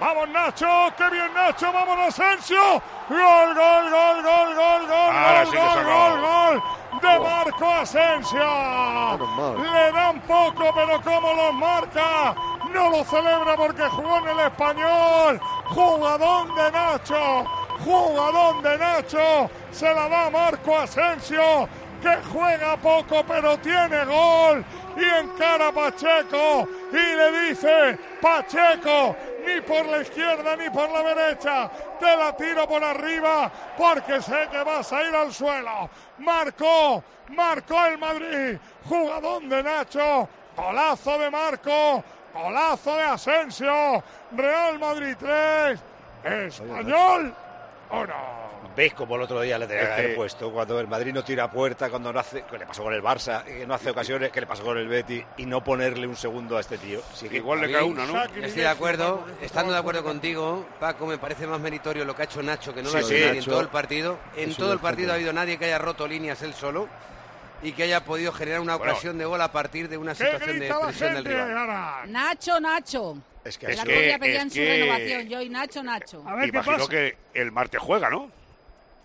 Vamos Nacho, qué bien Nacho, vamos Asensio. Gol, gol, gol, gol, gol, gol, Ahora gol, sí que se gol, acabó. gol, gol. De Marco Asensio. Le dan poco, pero cómo lo marca. No lo celebra porque jugó en el español. Jugadón de Nacho. Jugadón de Nacho. Se la da Marco Asensio. Que juega poco, pero tiene gol. Y encara a Pacheco. Y le dice, Pacheco, ni por la izquierda ni por la derecha. Te la tiro por arriba porque sé que vas a ir al suelo. Marcó, marcó el Madrid. Jugadón de Nacho. Golazo de Marco. Golazo de Asensio. Real Madrid 3. Español 1. ¿Veis como el otro día le tenía que Es haber que- puesto? Cuando el Madrid no tira a puerta, cuando no hace. que le pasó con el Barça, que no hace ocasiones, que le pasó con el Betty, y no ponerle un segundo a este tío. Sí que- Igual le David, cae una, ¿no? Shaqiri, Estoy de acuerdo, estando de acuerdo contigo, Paco, me parece más meritorio lo que ha hecho Nacho, que no lo ha Sí, hecho sí. nadie en Nacho todo el partido. En es todo un el partido objeto. ha habido nadie que haya roto líneas él solo y que haya podido generar una Bueno. ocasión de gol a partir de una ¿Qué situación de grita la presión del gente rival. ahora? Nacho, Nacho. Es que Es La eso- Coria que- pedían es su que- renovación. Yo y Nacho, Nacho. A ver qué Imagino pasa. que el martes juega, ¿no?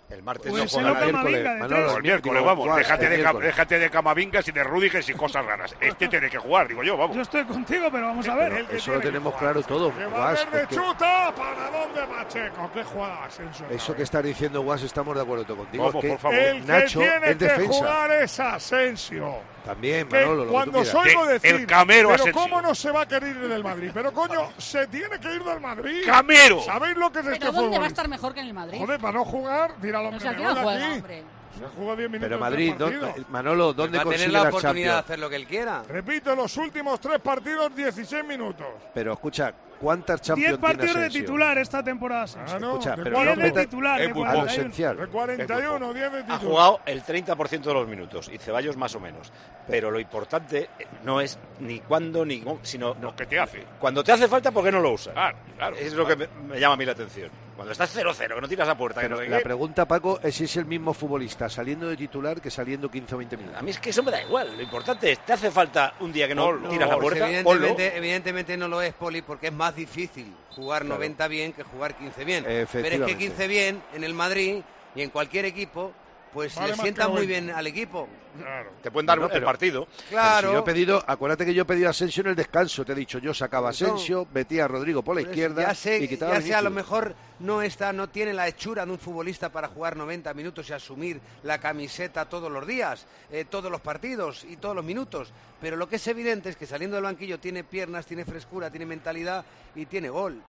el martes Puede Pues no ser juega lo nadie. que más- Pues Camavinga miércoles, de Manolo, tres. El miércoles, vamos. Juan, Déjate el de, cam- miércoles. déjate de Camavingas y de Rudiger y cosas raras. Este tiene que jugar, digo yo, vamos. Yo estoy contigo, pero vamos a ver. El que Eso lo tiene que tenemos jugar. claro todos. Que Guas, Valverde es que- chuta, ¿para dónde Pacheco? ¿Qué jugada Asensio? Eso que estás diciendo, Guas, estamos de acuerdo contigo. Vamos, es que por favor. El que Nacho tiene es que defensa. jugar es Asensio. También, Que Manolo, lo que tú cuando quieras. os oigo Que decir, el Camero pero Asensio. cómo no se va a querer ir del Madrid, pero coño, se tiene que ir del Madrid. ¡Camero! ¿Sabéis lo que es este Pero ¿dónde va a fútbol? estar mejor que en el Madrid? Joder, para no jugar, tira los O sea, ¿qué no juega, aquí. hombre? Se jugó 10 minutos Pero en Madrid, tres ¿dónde- partidos. Manolo, ¿dónde Va a tener consigue la la oportunidad de Champions? hacer lo que él quiera. Repito, los últimos tres partidos, 16 minutos. Pero escucha, ¿cuántas 10 Champions tiene partidos de Asensio? titular esta temporada. Asensio. Ah, no, Escucha, de pero cuarenta- no 10 de meta- titular, es de muy A lo 41. esencial. de 41, 10 de Ha titular. jugado el 30% de los minutos y Ceballos más o menos. Pero lo importante eh, no es ni cuándo ni cómo, sino Lo que te hace. cuando te hace falta, ¿por qué no lo usas? Claro, claro. es lo que me, me llama a mí la atención. Cuando estás 0-0, que no tiras a puerta, que no sé La qué. pregunta, Paco, es si es el mismo futbolista saliendo de titular que saliendo 15 o 20 A minutos. mí es que eso me da igual. Lo importante es, te hace falta un día que no Ponlo. tiras la Pues puerta, ponlo. evidentemente, evidentemente no lo es, Poli, porque es más difícil jugar 90 bien que jugar 15 bien. Pero es que Efectivamente. 15 bien en el Madrid y en cualquier equipo, pues Vale le más sienta que muy 90. bien al equipo. Claro. Te pueden dar No, un- el pero- partido. Pero si yo Claro. he pedido, acuérdate que yo he pedido a Asensio en el descanso. Te he dicho, yo sacaba a Asensio, metía a Rodrigo por la Pues izquierda ya sé, y quitaba ya a sé, a lo Vinicius. mejor no está, no tiene la hechura de un futbolista para jugar 90 minutos y asumir la camiseta todos los días, eh, todos los partidos y todos los minutos. Pero lo que es evidente es que saliendo del banquillo tiene piernas, tiene frescura, tiene mentalidad y tiene gol.